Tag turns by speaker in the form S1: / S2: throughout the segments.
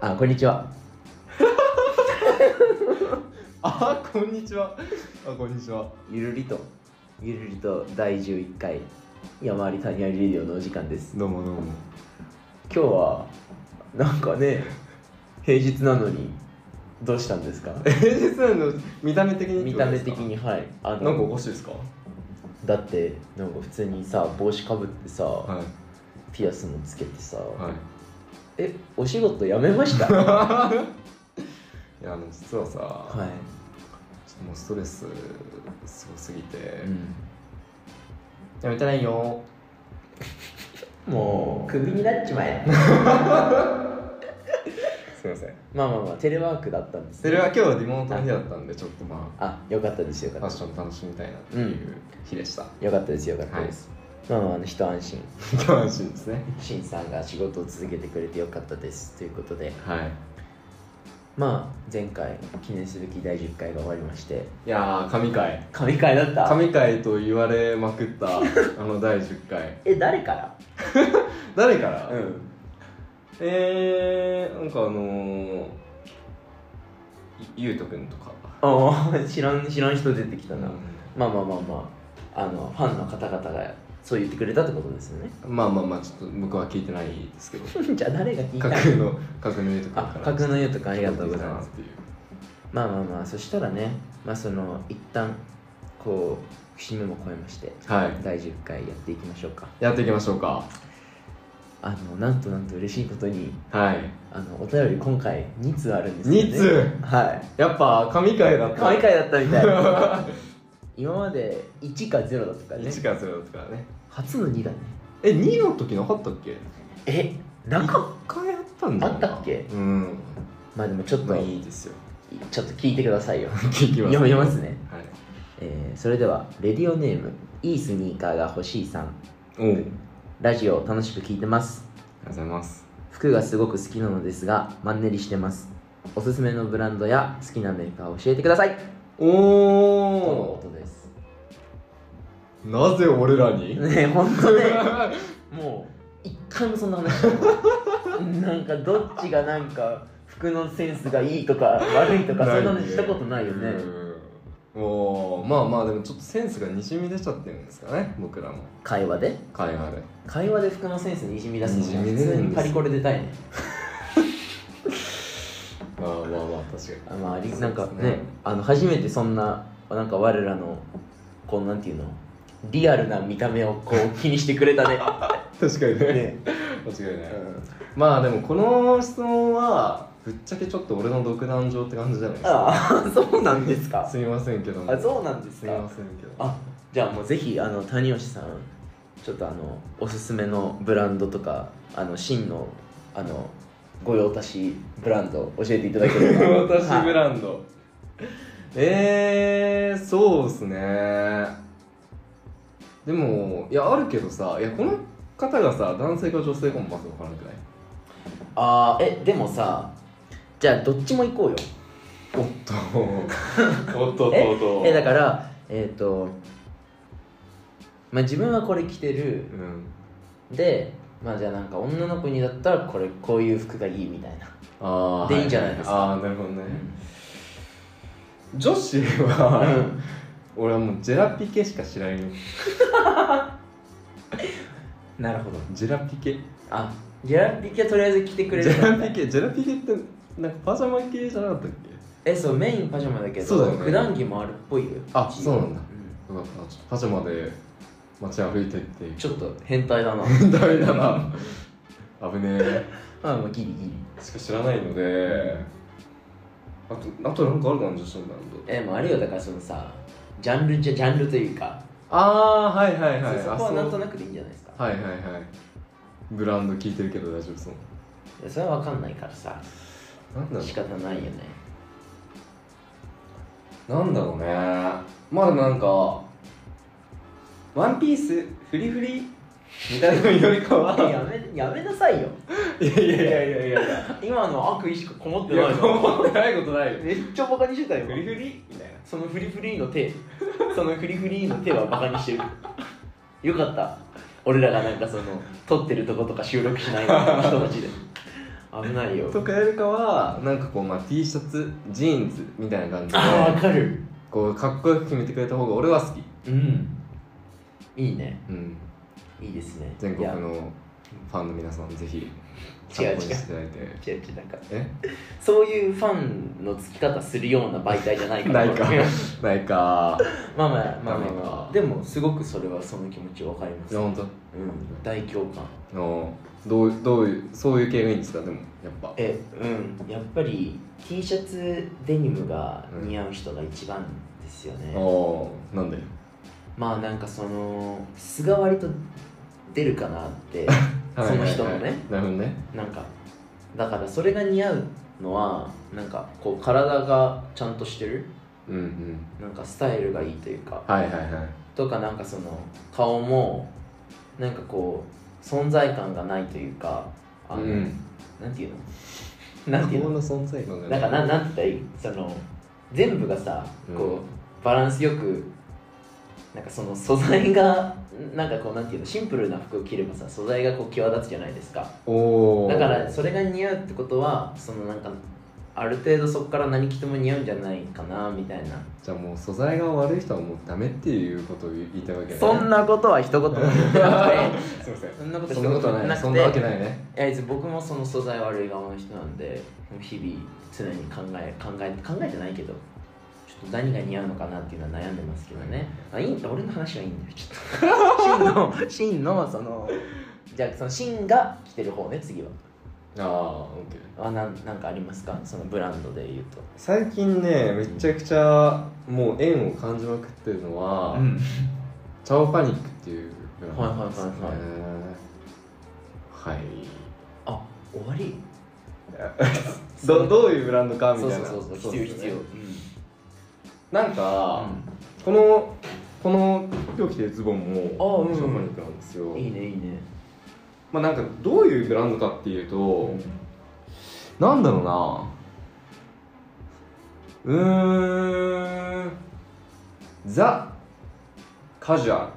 S1: あこんにちは
S2: あこんにちはあこんにちは
S1: ゆるりとゆるりと第11回山あり谷ありレディオのお時間です
S2: どうもどうも
S1: 今日はなんかね平日なのにどうしたんですか
S2: 平日なの見た目的に
S1: 見た目的にはいあ
S2: なんかおかしいですかは
S1: だってなんか普通にさ帽子かぶってさ、
S2: い
S1: ピアスもつけてさ、
S2: は
S1: えお仕事辞めま したはい
S2: いやあの実は
S1: い、
S2: さ、ちょっともうストレスすごすぎて、
S1: うん、
S2: やめてないよ
S1: もうクビになっちまえ
S2: すいません
S1: まあまあまあテレワークだったんです
S2: それは今日はリモートの日だったんでちょっとまあ
S1: あよかったですよ
S2: フ
S1: か
S2: ァ
S1: っ
S2: ッ
S1: た
S2: ション楽しみたいなっていう日でした、
S1: よかったですよかったです、まあまああの一安心
S2: 今日は安心ですね
S1: しんさんが仕事を続けてくれてよかったですということで
S2: はい
S1: まあ前回記念すべき第10回が終わりまして
S2: いやー神回
S1: 神回だった
S2: 神回と言われまくったあの第10回
S1: え誰から
S2: 誰から、
S1: ん
S2: えー、なんかあのー、ゆゆうとくんとか
S1: ああ知らん知らん人出てきたな、
S2: う
S1: まあまあまあまああのファンの方々がそう言ってくれたってことですよね
S2: んまあまあまあちょっと僕は聞いてないですけど
S1: じゃあ誰が聞いた
S2: 架
S1: の
S2: 空の架空のゆうとくんから
S1: あ架空のゆうとくんあ
S2: あ
S1: りがとうございます
S2: っていう
S1: まあまあまあそしたらねまあその一旦こう節目も超えまして
S2: はい
S1: 第10回やっていきましょうか
S2: やっていきましょうか
S1: あのなんとなんと嬉しいことに
S2: はい
S1: あのお便り今回2通あるんですよね
S2: 2通
S1: は
S2: やっぱ神回だっ
S1: い
S2: た
S1: 神回だったみ たい
S2: 1
S1: 今まで1か0だったからね
S2: から0だったからね
S1: 初の2だね
S2: え2の時なかったっけ
S1: えなんか
S2: 1回あったんだよな
S1: あったっけ
S2: うん
S1: まあでもちょっと、
S2: まあいいですよ
S1: ちょっと聞いてくださいよ
S2: 聞きます
S1: 読みますね、
S2: はい
S1: えーそれではレディオネームいいスニーカーが欲しいさん
S2: おおありがと
S1: ラジオ楽しく聞いてます
S2: うございます
S1: 服がすごく好きなのですがマンネリしてますおすすめのブランドや好きなメーカーを教えてください
S2: お
S1: とのこ
S2: お
S1: とです
S2: なぜ俺ら に
S1: ねえほんとねもう一回もそんな話したことないなんかどっちがなんか服のセンスがいいとか悪いとかそんな話したことないよね
S2: うんもうまあまあでもちょっとセンスがにじみ出ちゃってるんですかね僕らも
S1: 会話で
S2: 会話で
S1: 会話で服のセンスにじみ出すの
S2: にじ
S1: 普
S2: み出るんです
S1: 通にパリコレ出たいね
S2: まあまあまあ確かに
S1: あまあありなんか
S2: そう
S1: ね
S2: ですね
S1: あの初めてそんななんか我らのこうなんていうのリアルな見た目をこう気にしてくれたね
S2: 確かにね
S1: ね、
S2: 間違いな い、
S1: うん
S2: まあでもこの質問はぶっちゃけちょっと俺の独壇場って感じじゃないですか
S1: ああそうなんですか
S2: すみませんけども
S1: あそうなんです
S2: すみま
S1: か
S2: せんけど
S1: あじゃあもうぜひあの谷吉さんちょっとあのおすすめのブランドとかあの真のあの御用達ブランド教えていただけ れば
S2: 私ブ
S1: ン
S2: ランド、えー、そうっすねでもいやあるけどさいやこの方がさ男性か女性かもまず分からなくない
S1: ドああえでもさじゃあどっちも行こうよ
S2: おっとおっとっとっと
S1: えだからえっ、とまあ自分はこれ着てる
S2: うん
S1: でまあじゃあなんか女の子にだったらこれこういう服がいいみたいな
S2: あー
S1: でいいんじゃないですか
S2: ああーなるほどね、女子は、俺はもうジェラピケしか知らんよ
S1: なるほど
S2: ジェラピケ
S1: あギャラピケとりあえず着てくれ
S2: ジ
S1: る
S2: ェラピケジェラピケってなんかパジャマ系じゃなかったっけ
S1: えそうメインパジャマだけど
S2: そうだよね
S1: 普段着もあるっぽいよ
S2: あ
S1: 一応
S2: そうなんだよかったちょっとパジャマで街歩いてって
S1: ちょっと変態 だな
S2: ダメだな危ねえ
S1: まあまあギリギリ
S2: しか知らないのであとあとなんかあるかな女子のバンド
S1: えもうあれよだからそのさジャンルじゃジャンルというか、
S2: ああはいはいはい
S1: そそこはなんと
S2: な
S1: なくでいいんじゃないですか、
S2: はいはいはいブランド聞いてるけど大丈夫そう
S1: いやそれは分かんないからさ
S2: なんだろ
S1: 仕方ないよね
S2: うなんだろうねまあでもなんかワンピースフリフリみたいなのよりかは
S1: やめやめなさ いよ
S2: いやいやいやいやいやいや
S1: 今の悪意しかこもっ
S2: い
S1: てない
S2: や
S1: の
S2: 思ってないことないよ
S1: めっちゃバカにしてたよ
S2: フリフリみたいな
S1: そのフリフリの手そのフリフリの手はバカにしてるよかった俺らがなんかその撮ってるとことか収録しない人たちで危ないよ
S2: とかよりかはなんかこう、まあ、T シャツジーンズみたいな感じで
S1: ああわかる
S2: こうかっこよく決めてくれた方が俺は好き、
S1: うんいいね
S2: うん、
S1: いいですね
S2: 全国
S1: いや
S2: のファンの皆さんぜひ
S1: 違う
S2: 参考に
S1: 違う
S2: していただいて
S1: 違う違うなんか
S2: え
S1: そういうファンのつき方するような媒体じゃないから
S2: ないかないか
S1: まあまあまあまあ
S2: ダメ
S1: ま
S2: か
S1: あでもすごくそれはその気持ちわかりま
S2: い
S1: す、
S2: や
S1: う
S2: ほ
S1: ん、
S2: んと
S1: 大共感
S2: のどうどういうそういう系がいいんですかでもやっぱ
S1: えうんやっぱり T シャツデニムが似合う人が一番ですよね、
S2: ああなんで
S1: まあなんかその素が割と出るかなって その人のね
S2: なるほどね
S1: なんかだからそれが似合うのはなんかこう体がちゃんとしてる
S2: うんうん
S1: なんかスタイルがいいというか
S2: はいはいはい
S1: とかなんかその顔もなんかこう存在感がないというかあの、 なんていうのなんていうの
S2: の存在感が
S1: なんかななんて言ったらいいその全部がさこう、
S2: うん
S1: バランスよくなんかその素材がなんかこうなんていうのシンプルな服を着ればさ素材がこう際立つじゃないですか
S2: おお
S1: だからそれが似合うってことはそのなんかある程度そこから何着ても似合うんじゃないかなみたいな
S2: じゃあもう素材が悪い人はもうダメっていうことを言いたいわけ ね
S1: そんなことは一言も言ってなくて
S2: すいません
S1: そんなこと
S2: そ
S1: 一
S2: んな
S1: 言も言っ
S2: こと
S1: て
S2: はな
S1: ないく
S2: そんなわ
S1: て
S2: けないね
S1: いや別に僕もその素材悪い側の人なんで日々常に考え考え考えてないけどちょっと何が似合うのかなっていうのは悩んでますけどねあいいんだ俺の話はいいんだよちょっと 真の真のそのじゃあその真が着てる方ね次は
S2: ああオッケー
S1: あなんなんかありますかそのブランドで言うと
S2: 最近ねめちゃくちゃもう縁を感じまくってるのは、
S1: ん
S2: チャオパニックっていうブランドですね
S1: はいはい
S2: はい
S1: あ終わ り
S2: どどういうブランドかみ
S1: そう
S2: た
S1: そ
S2: いうな
S1: そうそう必要
S2: です
S1: 必
S2: ね
S1: 要
S2: なんか、このこの今日着てるズボンも
S1: あうん
S2: チャオパニックなんですよ
S1: うんいいねいいね
S2: まあなんかどういうブランドかっていうと、なんだろうなうーんザカジュア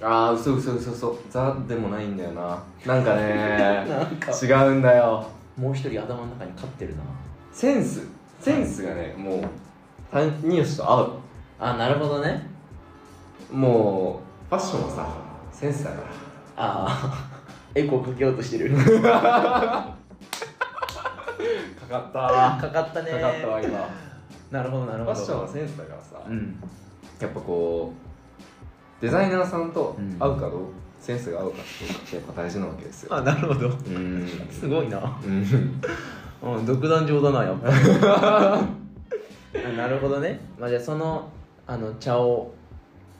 S2: ルああ嘘嘘嘘嘘ザでもないんだよな なんかね
S1: なんか
S2: 違うんだよ
S1: もう一人頭の中に飼ってるな
S2: センスセンスがねもう谷吉と合う
S1: あなるほどね
S2: もうファッションはさセンスだから
S1: ああ エコーかけようとしてる
S2: かかったわ
S1: かかったね
S2: かかったわ今
S1: なるほどなる
S2: ファッションはセンスだからさ、
S1: うん
S2: やっぱこうデザイナーさんと
S1: うん
S2: 合うかどう、センスが合うかどうかってやっぱ大事なわけですよ。
S1: あなるほど
S2: うん
S1: すごいな
S2: うん
S1: うん独壇場だなやっぱ なるほどね、まあ、じゃあそのあのチャオ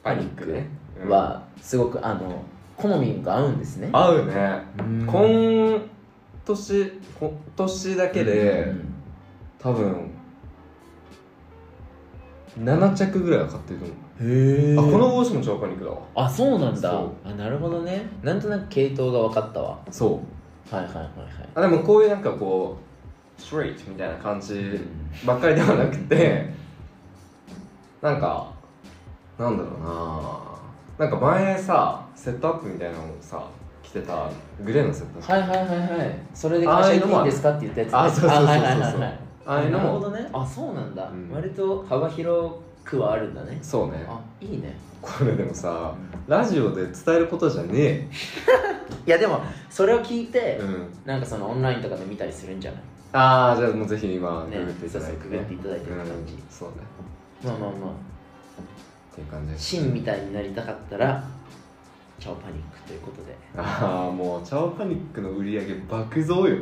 S1: パニックね、
S2: うん
S1: はすごくあの好みが合うんですね
S2: 合うね。
S1: うん
S2: 今年今年だけで、
S1: うん
S2: 多分7着ぐらいは買ってると思う。
S1: へえ
S2: あこの帽子も超パニックだわ。
S1: あそうなんだ
S2: そ
S1: あなるほどねなんとなく系統が分かったわ
S2: そう。
S1: はいはいはいはい
S2: あでもこういうなんかこうストレートみたいな感じばっかりではなくてなんかなんだろうななんか前さセットアップみたいなのをさ着てたグレーのセットアップ
S1: はいはいはいはいそれで会社行っていいですかって言ったやつね
S2: あそうそうそうそうそう
S1: あはいはいはいはい
S2: ああいうの
S1: なるほ
S2: も
S1: どねあそうなんだ、
S2: うん
S1: 割と幅広くはあるんだね
S2: そうね
S1: あいいね
S2: これでもさラジオで伝えることじゃね
S1: いやでもそれを聞いて
S2: え、うん、
S1: なんかそのオンラインとかで見たりするんじゃない
S2: ああじゃあもうぜひ今
S1: ね
S2: ググっていただいて、
S1: そう
S2: ね
S1: そうググっていただいてる感じ
S2: うんそうね
S1: まあまあま
S2: っていう感じ
S1: あ
S2: です
S1: 真みたいになりたかったらチャオパニックということで
S2: ああもうチャオパニックの売り上げ爆増よ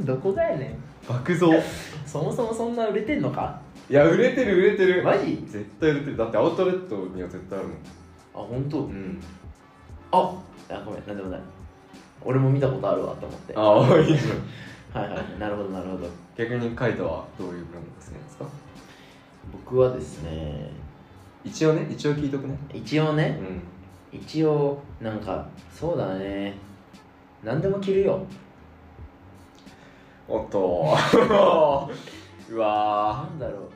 S1: どこだよね
S2: 爆増
S1: そもそもそんな売れてんのか
S2: いや売れてる売れてる
S1: マジ
S2: 絶対売れてるだってアウトレットには絶対あるもん
S1: あ本当
S2: うん
S1: ああごめんなんでもない俺も見たことあるわと思っては
S2: ああいいじゃん
S1: いはいはいなるほどなるほど
S2: 逆にカイトはどういうブランドが好きなんですか
S1: 僕はですね
S2: 一応ね一応聞いとくね
S1: 一応
S2: う
S1: ね
S2: ん
S1: 一応なんかそうだね何でも着るよ
S2: おっと うわ
S1: なんだろ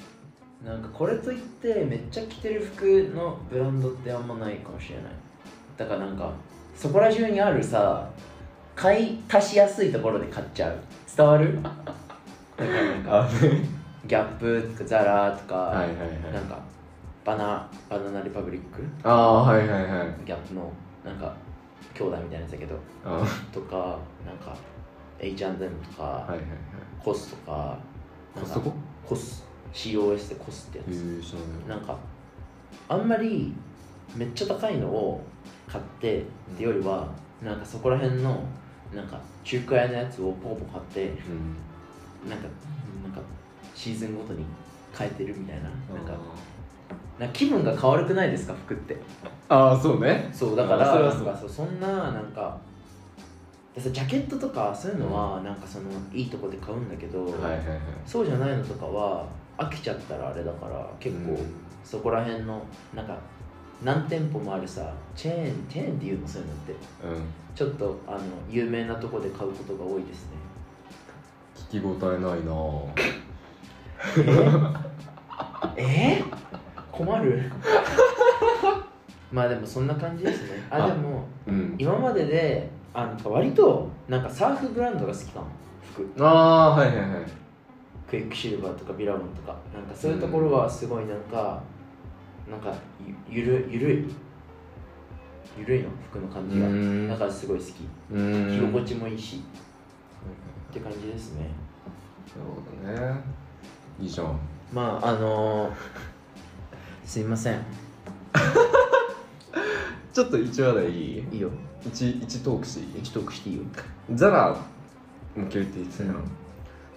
S1: うなんかこれといってめっちゃ着てる服のブランドってあんまないかもしれないだからなんかそこら中にあるさ買い足しやすいところで買っちゃう
S2: 伝わる
S1: なんか
S2: あね
S1: ギャップとかザラとか、
S2: はいはいはい
S1: なんかバナバナナリパブリック
S2: ああはいはいはい
S1: ギャップのなんか兄弟みたいなやつだけど
S2: あは
S1: とかなんか H&M とか、
S2: いはいはい
S1: コスとかなんか
S2: そこ
S1: コス COS でコスってや
S2: へえ
S1: つ、
S2: 知らない
S1: なんかあんまりめっちゃ高いのを買ってってよりは、なんかそこら辺のなんか中華屋のやつをポコポコ買って
S2: うん
S1: なんかなんかシーズンごとに変えてるみたいななんか
S2: あー
S1: なんか気分が変わるくないですか服って
S2: ああそうね
S1: そうだから
S2: あそれは
S1: な
S2: そ
S1: ん
S2: う
S1: かそうそんななんかでさジャケットとかそういうのはなんかそのいいとこで買うんだけど、
S2: はいはいはい
S1: そうじゃないのとかは飽きちゃったらあれだから結構
S2: うん
S1: そこら辺のなんか何店舗もあるさチェーンチェーンっていうのそういうのって
S2: うん
S1: ちょっとあの有名なとこで買うことが多いですね
S2: 聞き応えないなぁ
S1: えー困るまあでもそんな感じですねあ
S2: あ
S1: でも
S2: うん
S1: 今までであなんか割となんかサーフブランドが好きかも服
S2: ああはいはいはい
S1: クイックシルバーとかビラモンとかなんかそういうところはすごいなんか、なんかゆゆるゆるいゆるいの服の感じが、
S2: ん
S1: だからすごい好き着
S2: うん
S1: 心地もいいし、って感じですね
S2: なるほどねいいじゃん
S1: まああのー、すいません
S2: ちょっと一話題いい
S1: いいよ
S2: 一一トークしていい
S1: 一トークしていいよ
S2: ザラも今日言って言ってたやん、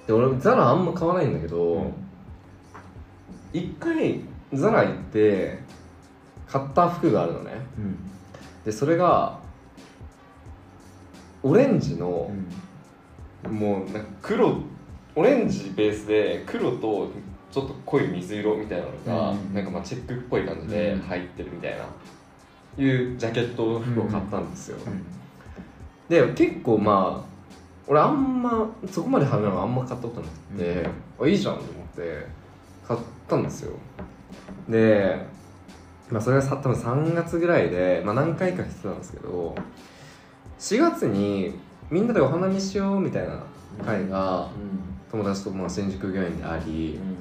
S2: で俺ザラあんま買わないんだけ
S1: う
S2: ど
S1: ん
S2: 一、回ザラ行って買った服があるのね
S1: うん
S2: でそれがオレンジの、もうなんか黒オレンジベースで黒とちょっと濃い水色みたいなのが、
S1: うん
S2: なんかまあチェックっぽい感じで
S1: うん
S2: 入ってるみたいな、いうジャケットの服を買ったんですよ、
S1: うん
S2: で結構まあ俺あんまそこまで派手なのあんま買ったことなくて、あいいじゃんと思って買ったんですよで、まあ、それがさ多分3月ぐらいで、まあ、何回かしてたんですけど4月にみんなでお花見しようみたいな会
S1: う
S2: が
S1: ん
S2: 友達とまあ新宿御苑であり
S1: うん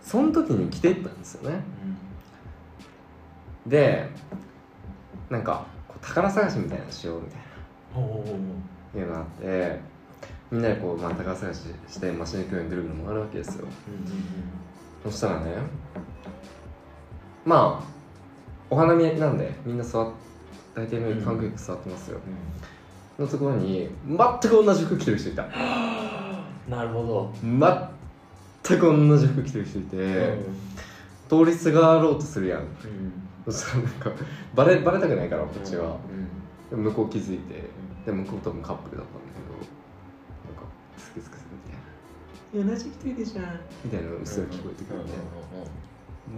S2: その時に着ていったんですよねでなんかこう宝探しみたいなのしようみたいな
S1: うんおー
S2: いうのがあってみんなでこう、まあ、宝探ししてマシンクに出るのもあるわけですよそしたらねまあお花見なんでみんな座っ大体
S1: う
S2: の
S1: ん
S2: 韓国服座ってますよ、
S1: うん
S2: のところに全く同じ服着てる人いた
S1: なるほど、
S2: 全く同じ服着てる人いて、通りすがろうとするやん
S1: うんうん
S2: そしたらなんかバレバレたくないからこっちは、
S1: うん
S2: で向こう気づいてで向こう多分カップルだったんだけどなんかスクスクするみたいな「いや同じ着てるじゃん」みたいなのがうっすら聞こえてくる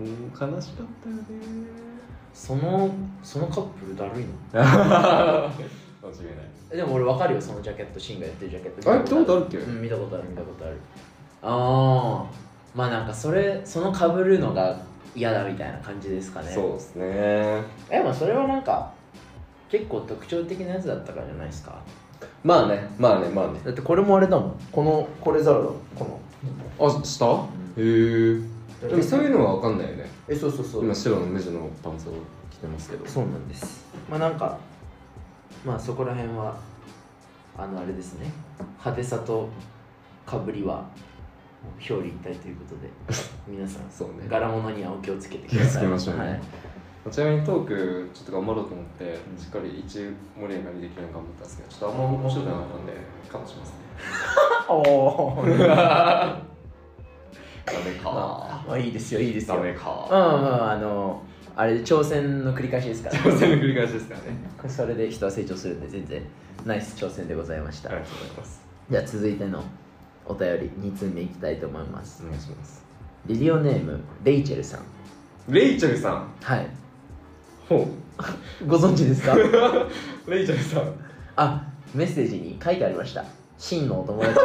S2: みたいな、もう悲しかったよね
S1: そのそのカップルだるいの
S2: 間違いない
S1: えでも俺わかるよそのジャケットシンがやってるジャケット
S2: あれ着たことあるっけ
S1: うん見たことある見たことあるああまあなんかそれそのかぶるのが嫌だみたいな感じですかね
S2: そうですね
S1: えまあそれはなんか結構特徴的なやつだったからじゃないですか
S2: まあねまあねまあね
S1: だってこれもあれだもんこのこれザラだこの
S2: あしたへえでもそういうのは分かんないよね
S1: えそうそうそう
S2: 今白の無地のパンツを着てますけど
S1: そうなんですまあなんかまあそこら辺はあのあれですね派手さとかぶりは表裏一体ということ で皆さん
S2: そうね
S1: 柄物にはお気をつけて
S2: 気
S1: く
S2: を
S1: だ
S2: つ
S1: さい
S2: けましょうね、
S1: はい、
S2: ちなみにトークちょっと頑張ろうと思って、
S1: うん
S2: しっかり一盛り上がりできるように頑張ったんですけどちょっとあんま面白くなかったんでカットします
S1: お
S2: ね
S1: お
S2: ダメか
S1: いいですよいいですよ
S2: ダメ
S1: うんう
S2: か
S1: んあのあれ挑戦の繰り返しですから
S2: 挑戦の繰り返しですからね
S1: それで人は成長するんで全然ナイス挑戦でございまし
S2: あ
S1: た、
S2: りがとうございます
S1: じゃあ続いてのお便り2通目いきたいと思います
S2: お願いします
S1: リリオネームレイチェルさん
S2: レイチェルさん
S1: はい
S2: ほ
S1: ご存知ですか
S2: う レイチェルさん
S1: あメッセージに書いてありました「真のお友達です」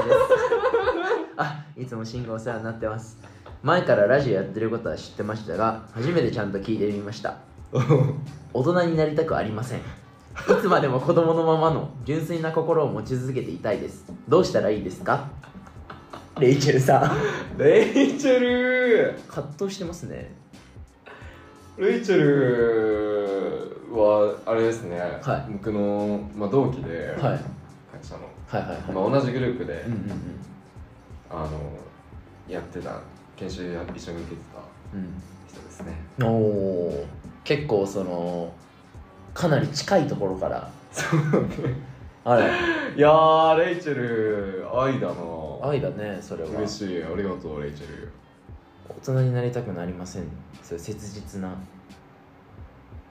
S1: あいつも真がお世話になってます前からラジオやってることは知ってましたが初めてちゃんと聞いてみました大人になりたくありませんいつまでも子供のままの純粋な心を持ち続けていたいですどうしたらいいですかレイチェルさん
S2: レイチェル
S1: 葛藤してますね
S2: レイチェルはあれですね、
S1: は
S2: 僕の、まあ、同期で
S1: はい
S2: 会社の、
S1: はいはいはい、
S2: まあ、同じグループで、
S1: うんうん
S2: あのやってた研修や一緒に受けてた
S1: うんうん
S2: 人ですね
S1: おお結構そのかなり近いところから
S2: そう
S1: あれ
S2: いやーレイチェル愛だな
S1: 愛だねそれは
S2: 嬉しいありがとうレイチェル
S1: 大人になりたくなりませんそういう切実な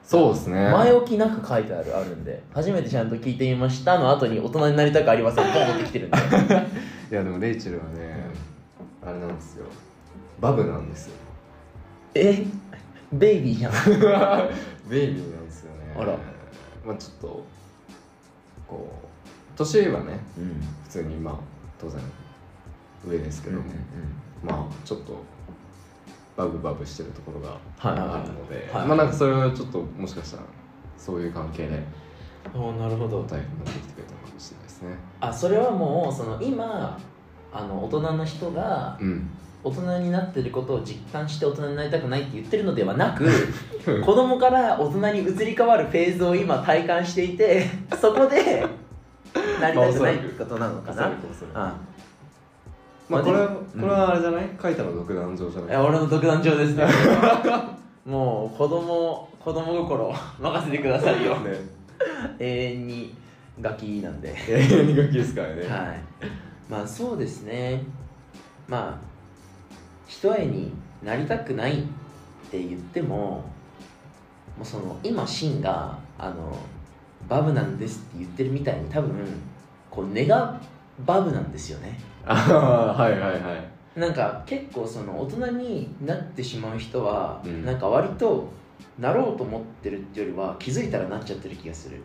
S2: そうですね
S1: 前置きなく書いてあるあるんで初めてちゃんと聞いてみましたの後に大人になりたくありませんと思ってきてるんで
S2: いやでもレイチェルはね、あれなんですよバブなん ですよ
S1: えベイビーじゃん
S2: ベイビーなんですよね
S1: あら
S2: まあちょっとこう年はね
S1: うん
S2: 普通にまあ当然上ですけども、まあちょっとバブバブしてるところが
S1: はいはいはい
S2: あるので、
S1: はい
S2: まあなんかそれはちょっともしかしたらそういう関係で
S1: あなるほど
S2: 答えになってきてくれたのかもしれないですね
S1: あそれはもうその今あの大人の人が
S2: うん
S1: 大人になってることを実感して大人になりたくないって言ってるのではなく子供から大人に移り変わるフェーズを今体感していてそこ でなりたくないってことなのかなあ
S2: まあこれは
S1: うん
S2: これはあれじゃない書いたの独壇場じゃ
S1: い
S2: ない
S1: や俺の独壇場です ねもう子供子供心任せてくださいよ
S2: ね
S1: 永遠にガキなんで
S2: 永遠にガキですからね
S1: はいまあそうですねまあ一重になりたくないって言ってももうその今シンがあのバブなんですって言ってるみたいに多分こう根がバブなんですよね
S2: ああ はいはいはい
S1: なんか結構その大人になってしまう人は、
S2: うん
S1: なんか割となろうと思ってるってよりは気づいたらなっちゃってる気がする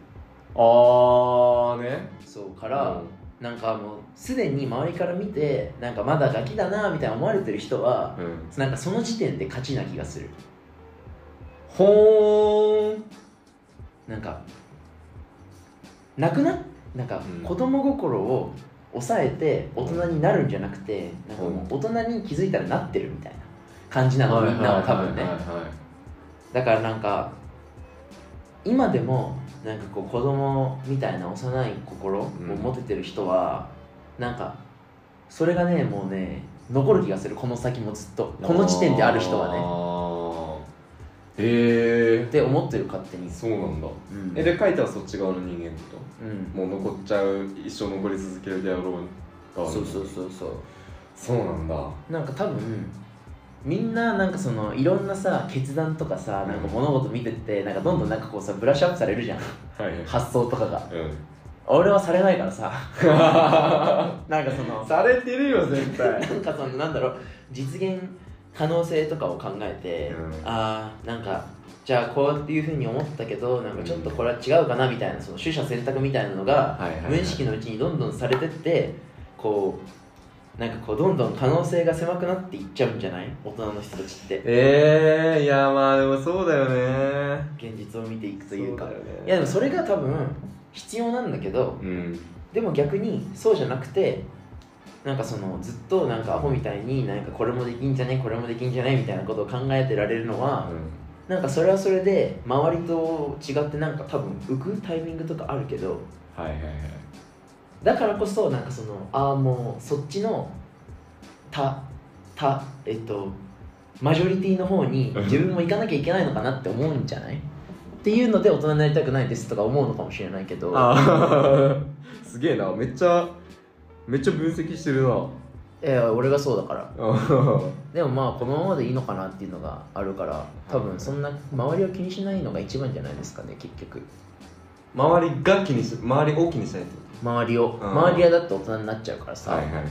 S2: ああね
S1: そうか、
S2: から
S1: なんかもうすでに周りから見てなんかまだガキだなみたいな思われてる人は
S2: うん、
S1: なんかその時点で勝ちな気がする
S2: ほーん
S1: なんかなくななんか
S2: うん
S1: 子供心を抑えて大人になるんじゃなくてなんかもう大人に気づいたらなってるみたいな感じなのみんなは多分ね
S2: はいはいはいはい
S1: だからなんか今でもなんかこう子供みたいな幼い心を持ててる人は、なんかそれがねもうね残る気がするこの先もずっとこの時点である人はね
S2: ねへえ
S1: って思ってる勝手に
S2: そうなんだ
S1: うん
S2: えで書いたらそっち側の人間ってこ
S1: うん
S2: ともう残っちゃう一生残り続けるであろう側の
S1: そうそうそうそう
S2: そうなんだ
S1: なんか多分みんななんかそのいろんなさ決断とかさなんか物事見ててなんかどんどんなんかこうさブラッシュアップされるじゃん
S2: はいはい
S1: 発想とかが
S2: うん
S1: 俺はされないからさ なんかそ の
S2: されてるよ 絶対
S1: なんかそのなんだろう実現可能性とかを考えて、
S2: うん
S1: ああなんかじゃあこうっていうふうに思ったけどなんかちょっとこれは違うかなみたいなその取捨選択みたいなのが
S2: はいはいはい
S1: 無意識のうちにどんどんされてってこうなんかこうどんどん可能性が狭くなっていっちゃうんじゃない大人の人たちって
S2: ええいやまあでもそうだよね
S1: 現実を見ていくというか
S2: そうだよね
S1: いやでもそれが多分必要なんだけど
S2: うん
S1: でも逆にそうじゃなくてなんかそのずっとなんかアホみたいになんかこれもできんじゃねこれもできんじゃないみたいなことを考えてられるのはなんかそれはそれで周りと違ってなんか多分浮くタイミングとかあるけど
S2: はいはいはい
S1: だからこそなんかそのああもうそっちのたたえっとマジョリティの方に自分も行かなきゃいけないのかなって思うんじゃないっていうので大人になりたくないですとか思うのかもしれないけど
S2: ああすげえなめっちゃめっちゃ分析してるな
S1: えや俺がそうだから
S2: あ
S1: でもまあこのままでいいのかなっていうのがあるから多分そんな周りを気にしないのが一番じゃないですかね結局
S2: 周りが気にし周りを気にしないってこ
S1: 周りを
S2: うん
S1: 周りはだって大人になっちゃうから
S2: と
S1: さ、
S2: はいはいはい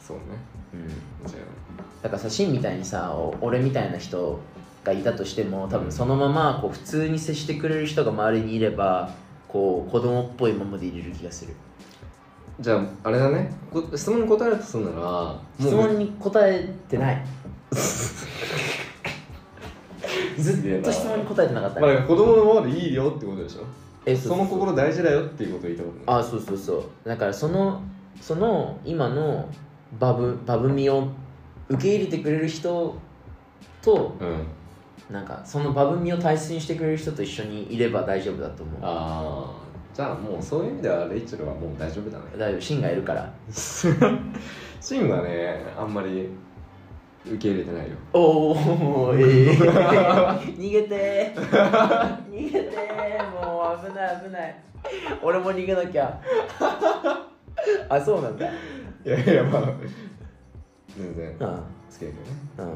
S2: そうね
S1: うん、
S2: 間違い
S1: だからさシンみたいにさお俺みたいな人がいたとしても多分そのままこう普通に接してくれる人が周りにいればこう子供っぽいままでいれる気がする
S2: じゃああれだねこ質問に答えるとするならもう
S1: 質問に答えてない ずっと質問に答えてなかった
S2: まあ、
S1: ね、
S2: なんか子供のままでいいよってことでしょ
S1: え
S2: その心大事だよっていうことを言いたこと
S1: あそうそうそうだからそのその今のバブバブみを受け入れてくれる人と
S2: ないうん
S1: なんかそのバブみを大切にしてくれる人と一緒にいれば大丈夫だと思う
S2: ああじゃあもうそういう意味ではレイチェルはもう大丈夫だね
S1: 大丈夫シンがいるから
S2: シンはねあんまり受け入れてないよ
S1: おおええ逃げてー逃げてーもう危ない危ない俺も逃げなきゃあそうなんだ
S2: いやいやまあ全然好
S1: あ
S2: きだけどね
S1: あ、う、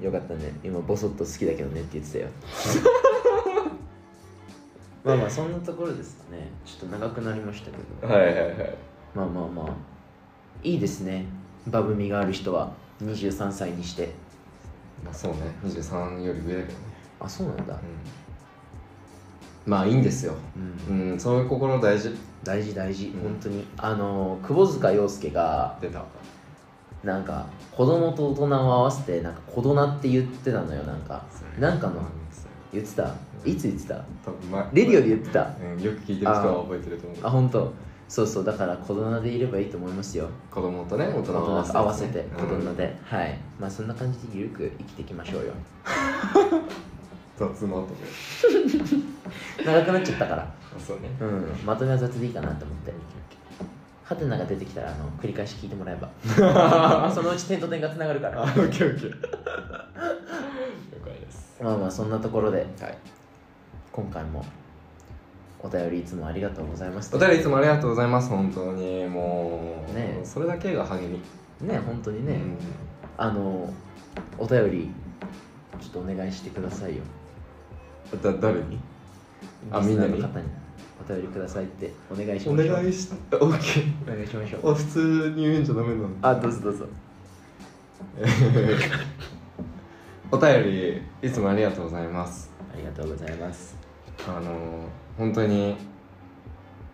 S2: うん
S1: よかったね今ボソッと好きだけどねって言ってたよ まあまあそんなところですかねちょっと長くなりましたけど
S2: はいはいはい
S1: まあまあまあいいですねバブみがある人は23歳にして
S2: まあそうね23より上だけどね
S1: あそうなんだ
S2: うんまあいいんですよ
S1: うん
S2: うんそういう心大事
S1: 大事大事、
S2: うん
S1: 本当にあの久保塚洋介が
S2: 出た
S1: なんか子供と大人を合わせてなんか子供って言ってたのよなんかなんかの言ってたいつ言ってた
S2: 多分ま
S1: レディオで言ってた
S2: うん、よく聞いてる人は覚えてると思う
S1: あ本当そうそうだから子供でいればいいと思いますよ
S2: 子供とね大人
S1: 大
S2: を
S1: 人と合わせて
S2: うん
S1: 子供で、はいまあそんな感じでゆるく生きていきましょうよ
S2: 雑まとめ
S1: 長くなっちゃったから
S2: あそうね
S1: うんまとめは雑でいいかなと思ってハテナが出てきたらあの繰り返し聞いてもらえば そのうち点と点がつながるか
S2: あ
S1: ら
S2: オッケーオッケー了解です
S1: まあまあそんなところで
S2: はい
S1: 今回もお便りいつもありがとうございます
S2: お便りいつもありがとうございます本当にもう
S1: ねえ
S2: それだけが励み
S1: ね本当にね、
S2: うん
S1: あのお便りちょっとお願いしてくださいよ
S2: だ誰にあみんなに
S1: リスナーの方にお便りくださいってお願いし
S2: お
S1: ましょう
S2: 願いしオッケ
S1: お願いしましょう
S2: ーあ普通に言うんじゃダメなの
S1: あどうぞどうぞ
S2: お便りいつもありがとうございます
S1: ありがとうございます
S2: あの本当に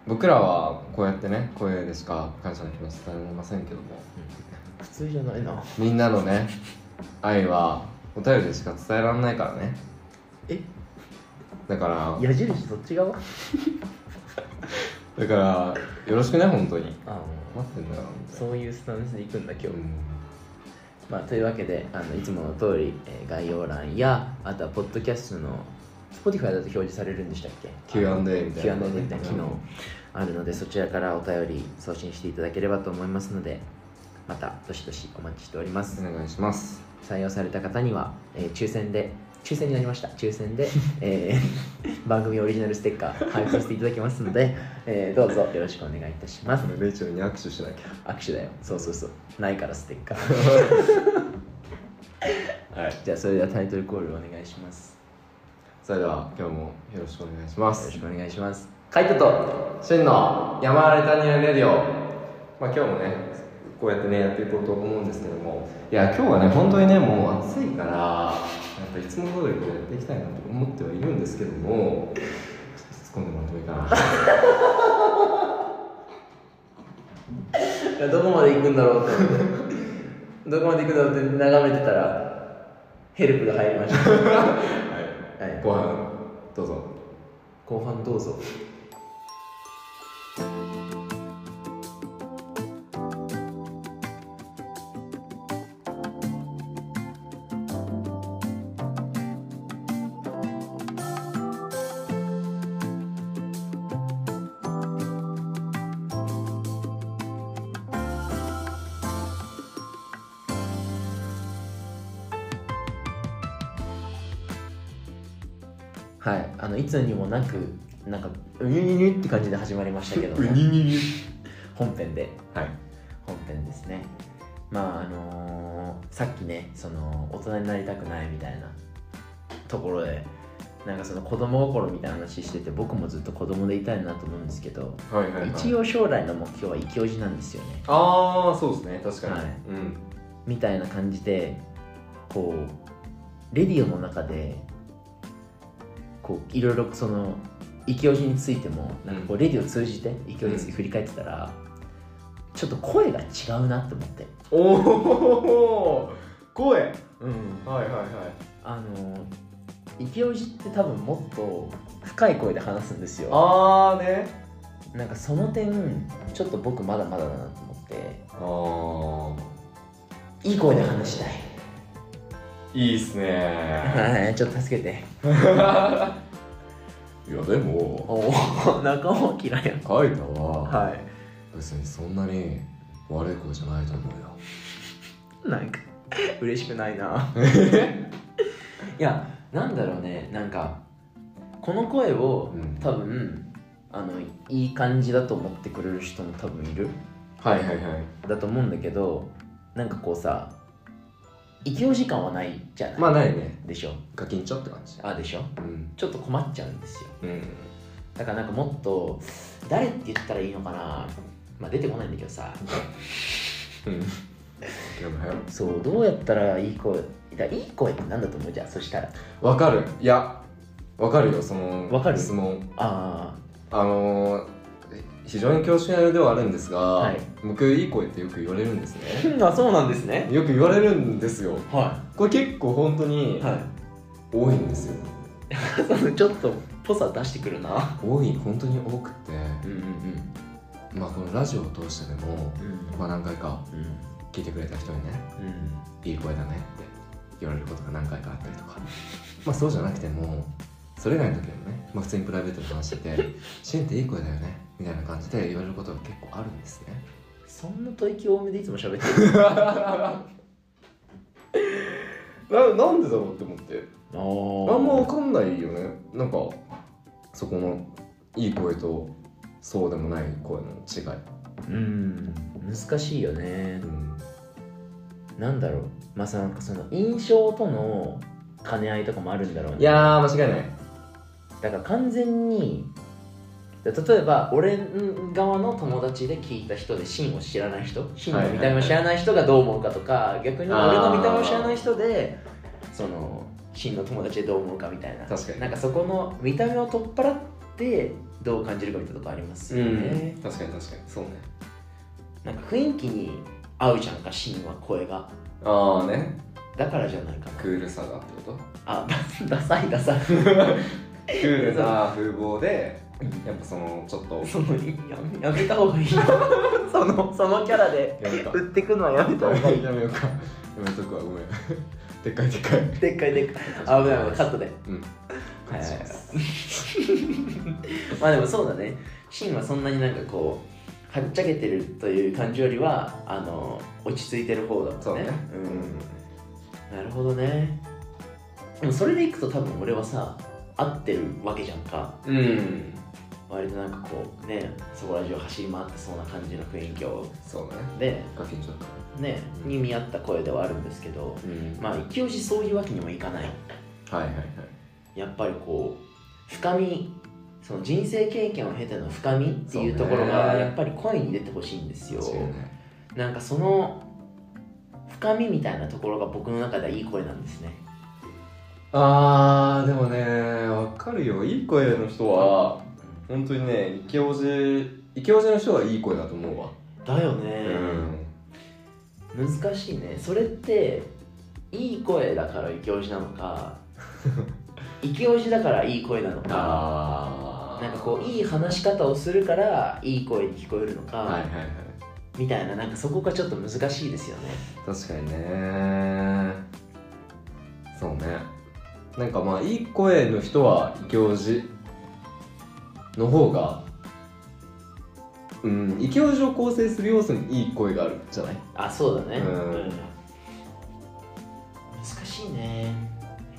S2: 僕らはこうやってね声でしか感謝の気持ち伝えられませんけども
S1: 普通じゃないな
S2: みんなのね愛はお便りでしか伝えられないからね
S1: え
S2: だから
S1: 矢印そっち側あ
S2: だからよろしくね本当に
S1: あ
S2: 待ってんだよ本当に
S1: そういうスタンスで行くんだ今日、
S2: うん
S1: まあ、というわけであのいつもの通り、えー概要欄やあとはポッドキャストの Spotify だと表示されるんでしたっけ
S2: Q&A みたいな
S1: Q&A みたいな機能あるのでそちらからお便り送信していただければと思いますのでまたどしどしお待ちしております
S2: お願いします
S1: 採用された方には、えー抽選で抽選になりました抽選で、えー番組オリジナルステッカー配布させていただきますので、えーどうぞよろしくお願いいたします
S2: レイチェルに握手しなき
S1: 握手だよそうそうそうないからステッカー
S2: ゃはい
S1: じゃあそれではタイトルコールお願いします
S2: それでは今日もよろしくお願いしま
S1: よろ
S2: す
S1: しくお願いしますカイトと
S2: 真の山あれ谷あれレディオ、まあ、今日もねこうやってねやっていこうと思うんですけどもいや今日はね本当にねもう暑いからやっぱいつも通りこうやっていきたいなと思ってはいるんですけどもちょっと突っ込んでもらってもい いかな
S1: どこまで行くんだろうと思ってどこまで行くんだろうって眺めてたらヘルプが入りました、はい
S2: 後半どうぞ
S1: 後半どうぞはいあのいつにもなくなんかうにゅにゅにゅって感じで始まりましたけども
S2: にに
S1: 本編で
S2: はい
S1: 本編ですねまああのーさっきねその大人になりたくないみたいなところでなんかその子供心みたいな話してて僕もずっと子供でいたいなと思うんですけど
S2: はいはい、はい、
S1: 一応将来の目標は生きおじなんですよね
S2: ああそうですね確かに、
S1: はい
S2: うん
S1: みたいな感じでこうレディオの中でこういろいろその生きおじについてもなんかこうレディオを通じて生きおじについて振り返ってたら、ちょっと声が違うなって思って、
S2: おお声はいはいはい
S1: あの池オジって多分もっと深い声で話すんですよ
S2: ああね
S1: なんかその点ちょっと僕まだまだだなと思って
S2: あー
S1: いい声で話したい
S2: いいっすね
S1: はいちょっと助けて
S2: いやでも
S1: おお 仲間嫌いや
S2: カイタはい別にそんなに悪い子じゃないと思うよ
S1: なんか嬉しくないないやなんだろうねなんかこの声を、
S2: うん
S1: 多分あのいい感じだと思ってくれる人も多分いる
S2: はいはいはい
S1: だと思うんだけどなんかこうさ勢い時間はないじゃない、
S2: まあないね
S1: でしょ
S2: ガキンチョって感じ
S1: あでしょ
S2: うん
S1: ちょっと困っちゃうんですよ
S2: うん
S1: だからなんかもっと誰って言ったらいいのかなまあ出てこないんだけどさ
S2: うんでもよ
S1: そうどうやったらいい声だいい声って何だと思うじゃあそしたら
S2: わかるいやわかるよその
S1: わかる
S2: 質問
S1: あ
S2: あのー非常に恐縮なようではあるんですが、
S1: はい
S2: 僕いい声ってよく言われるんですね
S1: ーあそうなんですね
S2: よく言われるんですよ
S1: は
S2: これ結構本当
S1: い
S2: に
S1: はい
S2: 多いんですよ、
S1: ちょっとぽさ出してくるな
S2: 多い本当に多くて
S1: うんうん
S2: まあこのラジオを通してでも
S1: うんうん
S2: まあ何回か
S1: うん
S2: 聞いてくれた人にねいい声だねって言われることが何回かあったりとか まあそうじゃなくてもそれ以外の時でもね、まあ、普通にプライベートで話してて 「シンっていい声だよね」みたいな感じで言われることが結構あるんですね
S1: そんな吐息多めでいつも喋ってる
S2: ななんでだろうって思って
S1: あ
S2: あ
S1: あ
S2: んま分かんないよねなんかそこのいい声とそうでもない声の違い、
S1: うん難しいよね
S2: うん、
S1: なんだろうまあさなんかその印象との兼ね合いとかもあるんだろうね
S2: いやー間違いない
S1: だから完全にだ例えば俺側の友達で聞いた人でンを知らない人ンの見た目を知らない人がどう思うかとか逆に俺の見た目を知らない人でそのンの友達でどう思うかみたいな
S2: 確かに
S1: なんかそこの見た目を取っ払ってどう感じるかみたいなとこありますよね、
S2: 確かに確かにそうね
S1: なんか雰囲気に合うじゃんかンは声が
S2: ああね
S1: だからじゃないかな
S2: クールさがってこと
S1: あ ダダサいダサい
S2: クールな風貌でやっぱそのちょっと
S1: そのいややめた方がいいよ そのそのキャラで
S2: やめた
S1: 売ってくのはやめた方がいい
S2: やめようかやめとくわごめん でっかいでっかい
S1: でっかいでっかいあ危ない危ないカットで
S2: うん
S1: はいはいはいまあでも そうだねシンはそんなになんかこうはっちゃけてるという感じよりはあの落ち着いてる方だもんね
S2: そうね
S1: うん、なるほどねでもそれでいくと多分俺はさ合ってるわけじゃんか
S2: うん、うん、
S1: 割となんかこうねそこら中走り回ってそうな感じの雰囲気を
S2: そうね
S1: で
S2: ガキンちょっと
S1: ねに見合った声ではあるんですけど
S2: うん
S1: まあ一押しそういうわけにもいかない
S2: はいはいはい
S1: やっぱりこう深みその人生経験を経ての深みっていうところ
S2: そう
S1: が
S2: ね
S1: やっぱり声に出てほしいんですよ、
S2: そうね
S1: なんかその深みみたいなところが僕の中ではいい声なんですね
S2: あーでもねわかるよいい声の人は本当にねイケオジイケオジの人はいい声だと思うわ
S1: だよ
S2: う
S1: ね、
S2: ん
S1: 難しいねそれっていい声だからイケオジなの かイケオジだからいい声なのか
S2: あ
S1: なんかこういい話し方をするからいい声に聞こえるのか、
S2: はいはいはい
S1: みたいななんかそこがちょっと難しいですよね
S2: 確かにねそうねなんかまあいい声の人はイケオジの方がうんイケオジを構成する要素にいい声があるじゃない
S1: あそうだね
S2: う
S1: 難
S2: ん
S1: しいね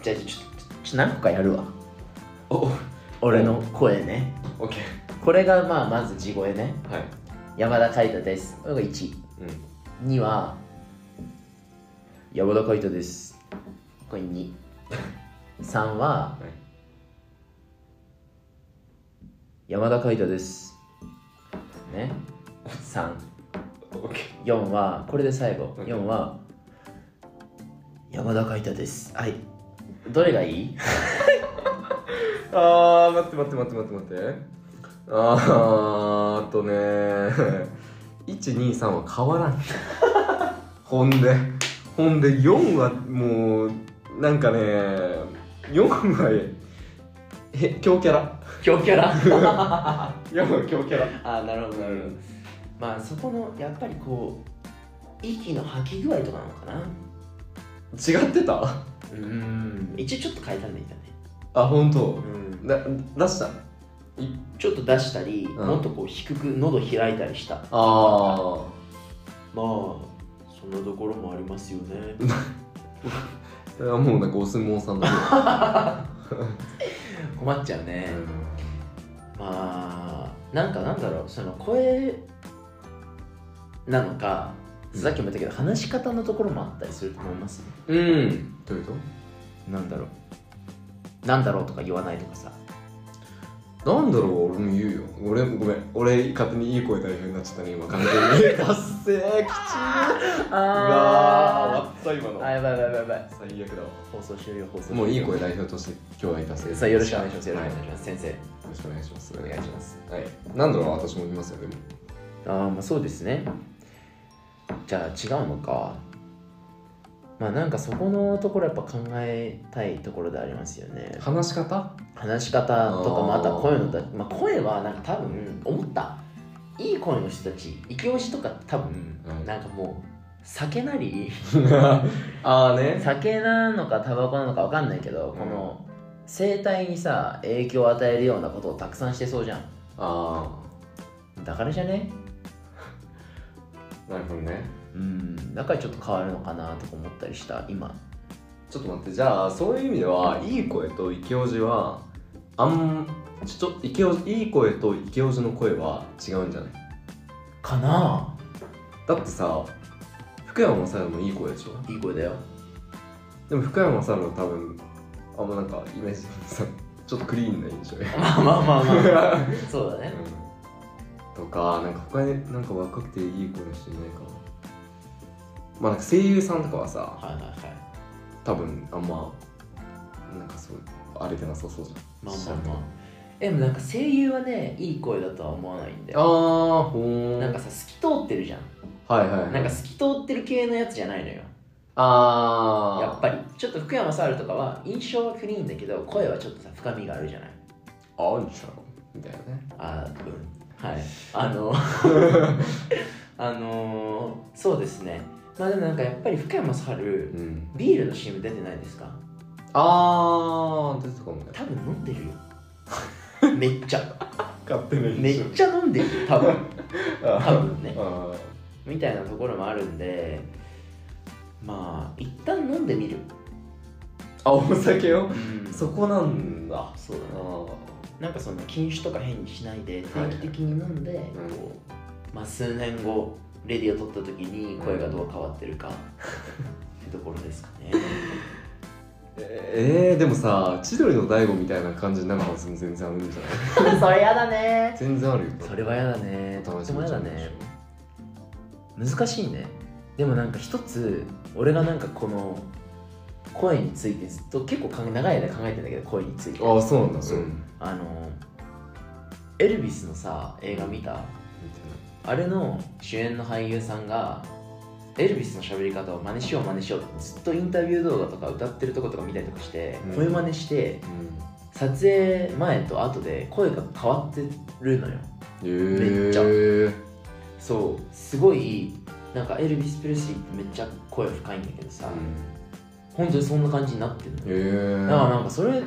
S1: じゃあちょちょちょ何個かやるわ俺の声ね
S2: オッケ
S1: これがまあまず地声ね
S2: ーはい
S1: 山田海太ですこれが1
S2: うん
S1: には山田海太ですこれ23は
S2: はい
S1: 山田海太ですね3
S2: オッケ
S1: 4はこれで最後
S2: うん
S1: 4は山田海太ですはいどれがいい
S2: ーあー待って待って待って待って待ってあーあとね123は変わらんほんでほんで4はもうなんかね4枚え強キャラ
S1: 強キャラ
S2: 4枚強キャラ
S1: あなるほどなるほどまあそこのやっぱりこう息の吐き具合とかなのかな
S2: 違ってた
S1: うん一応ちょっと変えたんだけどね、
S2: あ本当
S1: うん、
S2: だ出した
S1: ちょっと出したり、
S2: うん
S1: もっとこう低く喉開いたりしたまあ
S2: あ
S1: そんなところもありますよね
S2: あもうなんかお相撲さんだ
S1: 困っちゃうね
S2: けど
S1: まあなんかなんだろうその声なのかさっきも言ったけど話し方のところもあったりすると思いますね
S2: うんどういうこ
S1: なんだろうなんだろうとか言わないとかさ
S2: となんだろう俺も言うよ俺もごめん俺勝手にいい声代表になっちゃったね 今完全に達成きち
S1: あ
S2: うわー終わった今
S1: あ
S2: の
S1: やばいやばいやばい
S2: 最悪だわ
S1: 放送終了放送
S2: もういい声代表として今日は達成
S1: さあよろしくお願いしますよろ
S2: は
S1: しく
S2: い
S1: お願い
S2: よ
S1: します、先
S2: ろしくお願いします
S1: 生お願いします
S2: はいなんだろう私も言いますよでも
S1: ああまあそうですねじゃあ違うのかまあなんかそこのところやっぱ考えたいところでありますよね
S2: 話し方
S1: 話し方とか
S2: あー
S1: また声のだ、まあ、声はなんか多分思ったいい声の人たちイケオジとか多分
S2: うん
S1: なんかもう酒なり
S2: ああね
S1: 酒なのかタバコなのか分かんないけどこの声帯にさ影響を与えるようなことをたくさんしてそうじゃん
S2: あ
S1: だからじゃね
S2: あなるほどね
S1: うんだからちょっと変わるのかなとか思ったりした今
S2: ちょっと待ってじゃあそういう意味ではいい声とイケオジはあんちょっとイケオジいい声とイケオジの声は違うんじゃない
S1: かな
S2: だってさ福山雅治もいい声でしょ
S1: いい声だよ
S2: でも福山雅治は多分あんまなんかイメージさちょっとクリーンな印象や
S1: まあまあまあまあ そうだね
S2: とかなんか他になんか若くていい声の人いないかなまあなんか声優さんとかはさ、
S1: はいはいはい
S2: 多分あんまなんかそうあれでなさそうじ
S1: まあまあまあでもなんか声優はねいい声だとは思わないんだ
S2: ゃんあ
S1: よ
S2: あほー
S1: なんかさ透き通ってるじゃん
S2: はいはい、はい、
S1: なんか透き通ってる系のやつじゃないのよ
S2: ああ
S1: やっぱりちょっと福山雅治とかは印象はクリーンだけど声はちょっとさ深みがあるじゃない
S2: あんちゃんみたいなね
S1: あーうん はいあの あのーそうですねまあでもなんかやっぱり福山雅治
S2: うん
S1: ビールの CM 出てないですか
S2: ああ出てこない
S1: 多分飲んで るよめっちゃ
S2: 勝手な
S1: めっちゃ飲んでるよ多分
S2: あ
S1: 多分ね
S2: あ
S1: みたいなところもあるんでまあ一旦飲んでみる、
S2: あお酒を
S1: そう
S2: そこなんだあ
S1: そうだね
S2: ー
S1: なんかその禁酒とか変にしないで
S2: はい
S1: 定期的に飲んで、
S2: ん
S1: こうまあ、数年後レディを取った時に声がどう変わってるか、ってところですかね
S2: えー、でもさ千鳥の大悟みたいな感じになる可能性も全然あるんじゃな い
S1: それやだね
S2: 全然あるよ
S1: それはやだねと
S2: 楽
S1: っ
S2: してみ
S1: も
S2: に
S1: や
S2: し
S1: だ
S2: てるでしょ
S1: ね難しいねでもなんか一つ俺がなんかこの声についてずっと結構かん長い間考えてんだけど声について
S2: ああそうなんだ
S1: そうんあのエルビスのさ映画見た
S2: みたいな
S1: あれの主演の俳優さんがエルビスの喋り方を真似しよう真似しようってずっとインタビュー動画とか歌ってるとことか見たりとかして、
S2: うん
S1: 声真似して
S2: うん
S1: 撮影前と後で声が変わってるのよ
S2: えー、
S1: めっちゃ
S2: え
S1: そうすごいなんかエルビス・プレスリーってめっちゃ声深いんだけどさ、本当にそんな感じになってるの
S2: え
S1: よ、
S2: ー、
S1: だからなんかそれ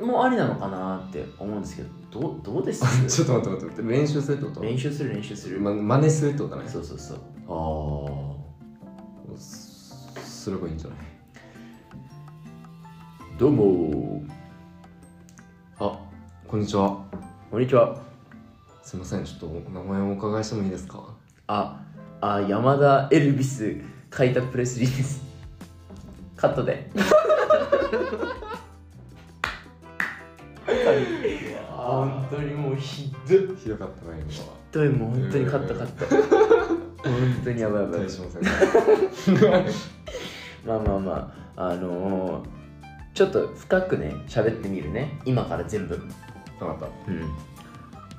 S1: もありなのかなって思うんですけどどうどうです
S2: ちょっと待って待って待って練習するってこと
S1: 練習する練習する、
S2: ま、真似するってことね
S1: そうそうそう
S2: ああすすればいいんじゃない
S1: どうも
S2: あこんにちは
S1: こんにちは
S2: すいませんちょっとお名前をお伺いしてもいいですか
S1: ああ山田エルビス書いたプレスリーですカットで本当にもうひどい
S2: ひどかったな今は
S1: ひどいもう本当にカットカット本当にやばいやばい
S2: 大しませんね
S1: まあまあまああのー、ちょっと深くね喋ってみるね今から全部
S2: 分かった
S1: うん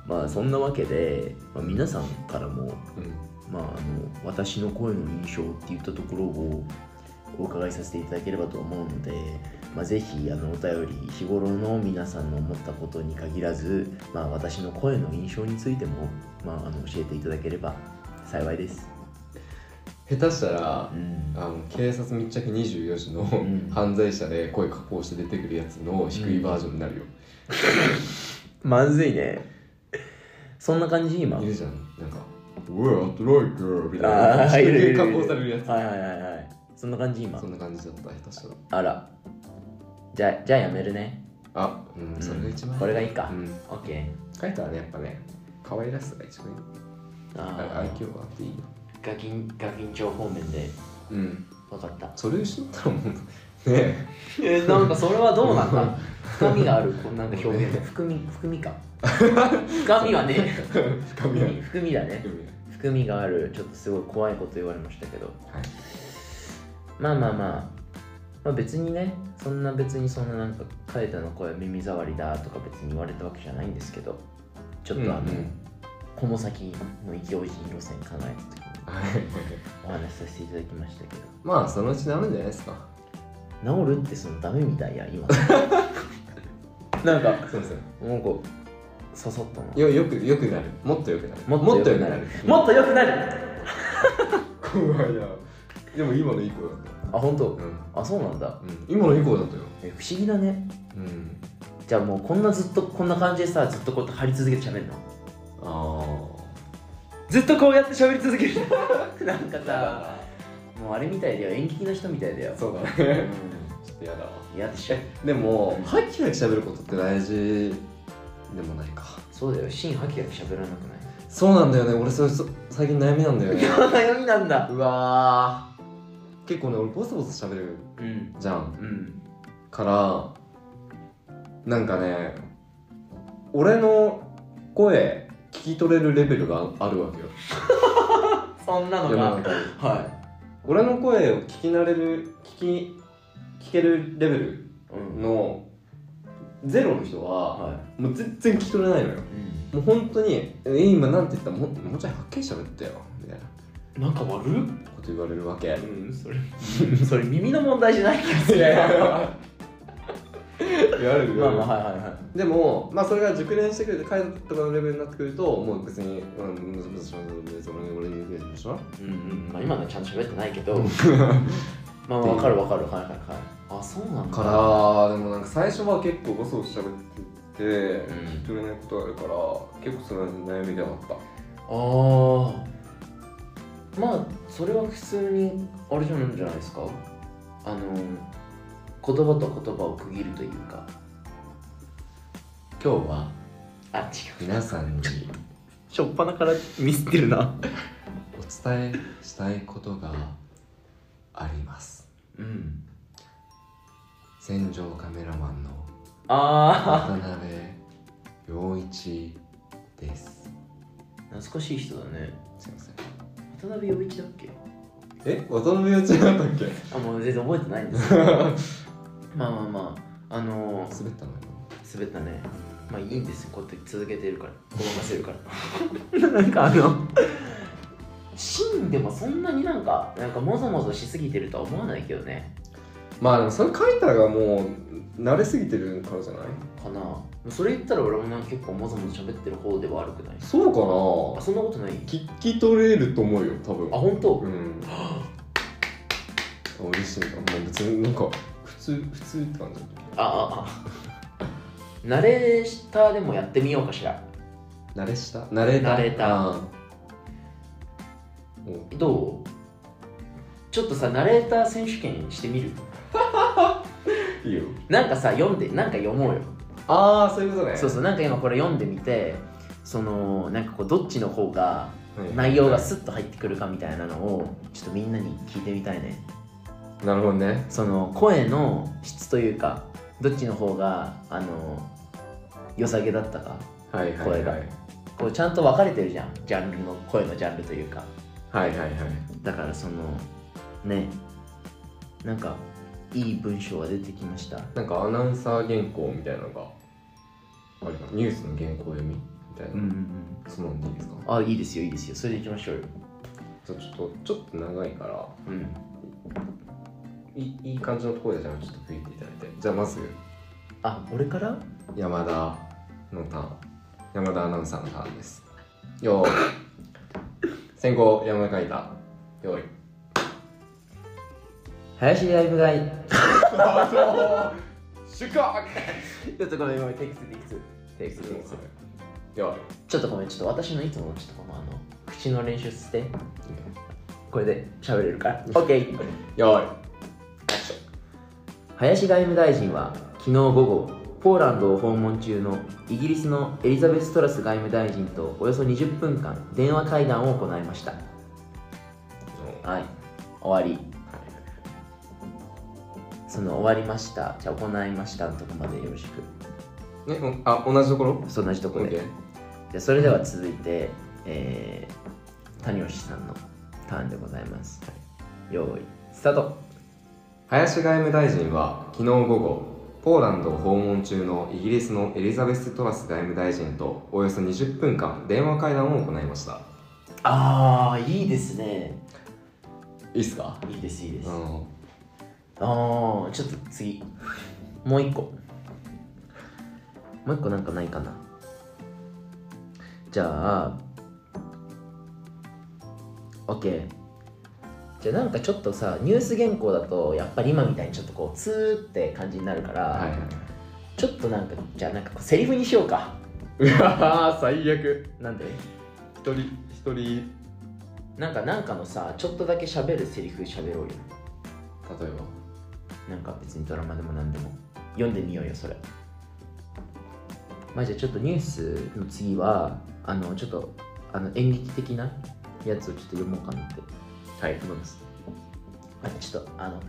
S1: まあそんなわけで、まあ、皆さんからも
S2: うん
S1: まあ、あの私の声の印象って言ったところをお伺いさせていただければと思うのでまあ、ぜひあのお便り日頃の皆さんの思ったことに限らず、まあ、私の声の印象についても、まあ、あの教えていただければ幸いです。
S2: 下手したら
S1: うん
S2: あの警察密着24時の
S1: ん
S2: 犯罪者で声加工して出てくるやつの低いバージョンになるよ、
S1: まずいね。そんな感じ今
S2: い。るじゃんなんか「おいアトライク」みたい
S1: あ
S2: な
S1: あ、いるいるい
S2: 低い
S1: る
S2: 加工されるやつ
S1: はいはいはいはい。そんな感じ今
S2: そ。んな感じだった下手したら
S1: あら。じゃあ、じゃあやめるね。
S2: あうん、
S1: うん
S2: それが一番
S1: これがいいか
S2: うん、
S1: オッケー。
S2: 書いたらねやっぱね可愛らしさが一番いいなんか
S1: あ
S2: 愛
S1: あ、
S2: 嬌があっていいよ
S1: ガキン、ガキン町方面で
S2: うん
S1: 分かった。
S2: それをしとったらもうねえ
S1: えー、なんかそれはどうなんだ深みがある、こうなんか表現で。含み、含みか。 深みはね、
S2: 深み
S1: 含
S2: は
S1: み含みだね。
S2: 深みは
S1: 含みがある、ちょっとすごい怖いこと言われましたけど。
S2: はい
S1: まあまあまあ、まあ、別にねそんな別にそんななんか彼らの声耳障りだとか別に言われたわけじゃないんですけどちょっとあの、
S2: うんうん
S1: この先の勢い路線考えた時に
S2: はい
S1: お話しさせていただきましたけど
S2: まあそのうちなるんじゃないですか
S1: 治るってそのダメみたいや今なんか
S2: そうですね
S1: もうこう刺さったな
S2: よよくよくなるもっとよくなるもっとよくなる
S1: もっと良くなる
S2: 怖いなでも今のいい子だった
S1: あ本当
S2: うん、うん、
S1: あそうなんだ
S2: 今のいい子だったよ
S1: え不思議だね
S2: うん
S1: じゃあもうこんなずっとこんな感じでさずっとこうやって張り続けて喋るの
S2: あ
S1: ずっとこうやって喋り続ける なんかさ
S2: あ
S1: もうあれみたいだよ演劇の人みたいだよ
S2: そうだ
S1: う
S2: ねちょっとやだわ
S1: んやっしょ
S2: でも
S1: うん
S2: ハキハキ喋ることって大事でもないか
S1: そうだよシーンハキハキ喋らなく
S2: そうなんだよね俺それそ最近悩みなんだよね
S1: ない 悩みなんだ
S2: うわー結構ね俺ボソボソ喋る
S1: うん
S2: じゃん
S1: うん
S2: からなんかね俺の声聞き取れるレベルがあるわけよ
S1: そんな
S2: 世の中に
S1: は
S2: 俺の声を聞き慣れる聞き聞けるレベル
S1: いうん
S2: のゼロの人は
S1: は
S2: もう全然聞き取れないのよ
S1: いうん
S2: もう本当に「え今なんて言ったももうちょいはっきり喋ってよ」みたいな
S1: なんか悪っ
S2: こと言われるわけ
S1: うんそれそれ耳の問題じゃない気がする
S2: 言われる
S1: まあまあはいはいはい
S2: でも、まあ、それが熟練してくる海とかのレベルになってくるともう別にうんむずむずしょむずむずむずむずむずしょ
S1: うんうんまあ今のはちゃんと喋ってないけ どまあまあわかるわかるはいはいはいあそうなんだ
S2: からでもなんか最初は結構ボソボソ喋ってて
S1: うん
S2: 聞き取れないことあるから結構それは悩みではあった
S1: ああまあそれは普通にあれじゃないんじゃないですかあの言葉と言葉を区切るというか
S2: 今日は
S1: あ違う
S2: 皆さんに
S1: しょっぱなからミスってるな
S2: お伝えしたいことがあります
S1: うん
S2: 戦場カメラマンの
S1: あ
S2: 辺陽一です
S1: あ懐かしい人だね
S2: すいません
S1: 渡辺陽一だっけ
S2: え渡辺陽一だったっけ
S1: あもう全然覚えてないんですけど
S2: 滑
S1: まあまあまああのー、
S2: ったのよ
S1: 滑ったねまあいいんですよこうやって続けてるからごまかせるから なんかあのシーンでもそんなになんかなんかもぞもぞしすぎてるとは思わないけどね
S2: まあでもそれ書いたらがもう慣れすぎてるからじゃない
S1: かなそれ言ったら俺もなんか結構もぞもぞ喋ってる方では悪くない
S2: そう
S1: あ
S2: か
S1: そんなことない
S2: な聞き取れると思うよ多分
S1: あ本当、
S2: うん嬉しいなもう別になんか普通普通って感じ
S1: あああナレーターでもやってみようかしら
S2: 慣れした慣れた
S1: 慣れた
S2: あーお
S1: どうちょっとさナレーター選手権してみる
S2: いいよ
S1: なんかさ読んでなんか読もうよ
S2: ああそういうことね
S1: そうそうなんか今これ読んでみてそのなんかこうどっちの方が内容がスッと入ってくるかみたいなのをちょっとみんなに聞いてみたいね
S2: なるほどね
S1: その声の質というかどっちの方があの良さげだったか
S2: はいはいはい
S1: 声がこうちゃんと分かれてるじゃんジャンルの声のジャンルというか
S2: はいはいはい
S1: だからそのねなんかいい文章が出てきました
S2: なんかアナウンサー原稿みたいなのがあれかなニュースの原稿読みみたいな、
S1: うんうんうん
S2: そんなのでいいですか
S1: あいいですよいいですよそれでいきましょうよ
S2: じゃあちょっとちょっと長いから
S1: うん
S2: いいいい感じのところでじゃあちょっと吹いていただいてじゃあまず
S1: あ俺から
S2: 山田のターン山田アナウンサーのターンですよーい先行山田書いたよーい
S1: 林ライブがいい
S2: 祝賀
S1: ちょっとこれ今テイクステイクステイクステイクス
S2: よ
S1: ちょっとごめんちょっと私のいつものちょっとこのあの口の練習してこれで喋れるから OK
S2: ーいよーい
S1: 林外務大臣は昨日午後ポーランドを訪問中のイギリスのエリザベス・トラス外務大臣とおよそ20分間電話会談を行いましたはい終わりその終わりましたじゃあ行いましたのとこまでよろしく
S2: ねおあ同じところ
S1: そんなじとこで
S2: OK
S1: じゃあそれでは続いて、えー、谷吉さんのターンでございます、用意スタート
S2: 林外務大臣は昨日午後ポーランドを訪問中のイギリスのエリザベス・トラス外務大臣とおよそ20分間電話会談を行いました
S1: ああいいですね
S2: いいっすか
S1: いいですいいです、
S2: う
S1: あ
S2: ん
S1: あちょっと次もう一個もう一個なんかないかなじゃあ OK じゃあなんかちょっとさニュース原稿だとやっぱり今みたいにちょっとこうツーって感じになるから、
S2: はいはい
S1: ちょっとなんかじゃあなんかこうセリフにしようか
S2: うわー最悪
S1: なんで
S2: 一人一人
S1: なんかなんかのさちょっとだけ喋るセリフ喋ろうよ
S2: 例えば
S1: なんか別にドラマでも何でも読んでみようよそれまあじゃあちょっとニュースの次はあのちょっとあの演劇的なやつをちょっと読もうかなって
S2: はい
S1: 思いますあちょっとあの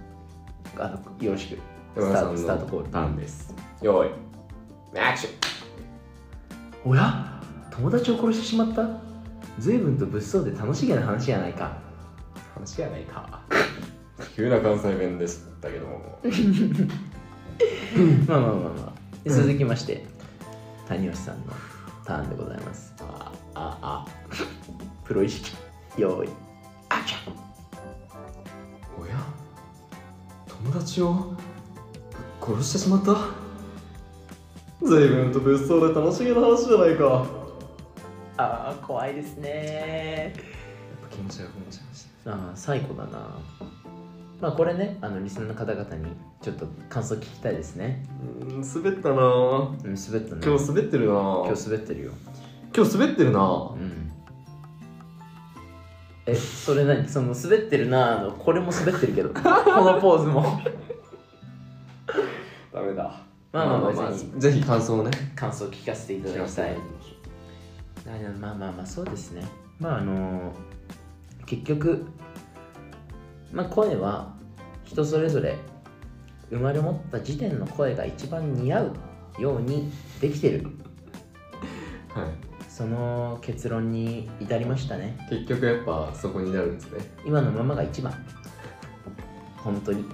S1: あのよろしく
S2: 山
S1: ス
S2: 田
S1: ター
S2: さんの
S1: トスタートコール
S2: ターンですよーいアクション
S1: おや友達を殺してしまった随分と物騒で楽しげな話じゃないか
S2: 話やないか 急な関西弁でしたけども
S1: まあまあまあまあで続きまして、谷吉さんのターンでございます
S2: あああ
S1: プロ意識用意アクション
S2: おや友達をぶっ殺してしまった随分と物騒で楽しげな話じゃないかやっ
S1: ああ怖いですね
S2: ぱ気持ちがこもっちゃいまし
S1: ああ最後だなまあこれねあのリスナーの方々にちょっと感想聞きたいですね
S2: たうん滑ったな
S1: う
S2: ぁ
S1: ん滑ったね
S2: 今日滑ってるなぁ
S1: 今日滑ってるよ
S2: 今日滑ってるな
S1: う
S2: ぁ
S1: んえそれ何その滑ってるなあのこれも滑ってるけど このポーズも
S2: ダメだ
S1: まあまあまあ別に
S2: ぜひ感想をね
S1: 感想を聞かせていただきたいあでもまあまあまあそうですねまああの結局、まあ、声は人それぞれ生まれ持った時点の声が一番似合うようにできてる
S2: はい
S1: その結論に至りましたね
S2: 結局やっぱそこになるんですね
S1: 今のままが一番本当に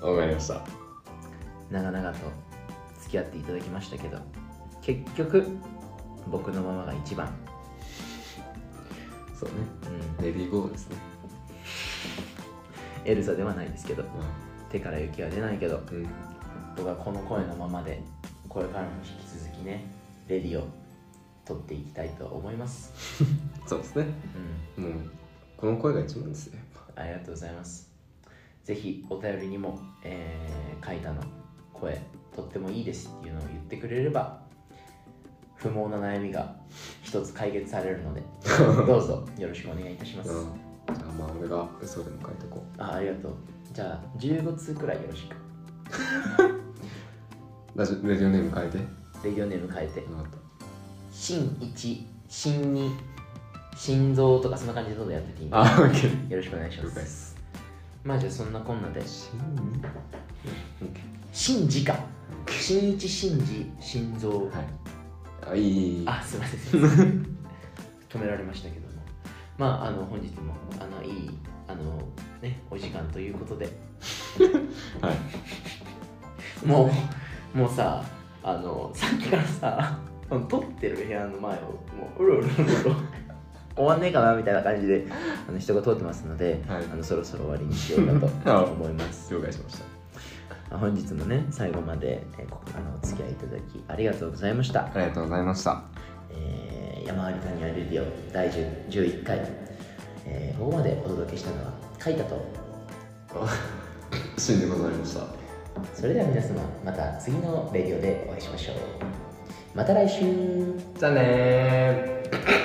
S2: わかりました
S1: 長々と付き合っていただきましたけど結局僕のままが一番
S2: そうね
S1: うん
S2: レディーゴーですね
S1: エルサではないですけど
S2: う
S1: 手から雪は出ないけど
S2: ん、
S1: 僕はこの声のままでこれからも引き続きねレディを撮っていきたいと思います
S2: そうですね
S1: うん
S2: もうこの声が一番ですね
S1: ありがとうございますぜひお便りにも「えー、カイタの声とってもいいです」っていうのを言ってくれれば不毛な悩みが一つ解決されるのでどうぞよろしくお願いいたします、
S2: うんじゃあまあ俺が嘘でも書いてこ
S1: あありがとうじゃあ15通くらいよろしく
S2: うラジオレディオネーム書いて
S1: レディオネーム変えて
S2: 分かっ
S1: 新1新2心臓とかそんな感じでどんどんやってていいん
S2: たあオッケ
S1: よろしくお願いし
S2: ー了
S1: ま。
S2: 解ですす
S1: まあじゃあそんなこんなで、
S2: 真にオッケ
S1: 真治か。新一真治、心臓。
S2: ーはいあいいいいいい
S1: あ、すいませんすいませ ん。止められましたけども。まああの本日もあのいいあのねお時間ということ で、
S2: はい
S1: もうもうさあのさっきからさ。あの撮ってる部屋の前をもううろうろうろうろ終わんねえかなみたいな感じであの人が通ってますので、
S2: はい
S1: あのそろそろ終わりにしようか と思います
S2: 了解しました
S1: 本日もね最後まで、えーこあのお付き合いいただきありがとうございました、
S2: ありがとうございま した
S1: えー山あり谷ありレディオ第10 11回、えーここまでお届けしたのは書いたと
S2: 真でございました
S1: それでは皆様また次のレディオでお会いしましょうまた来週
S2: じゃあねー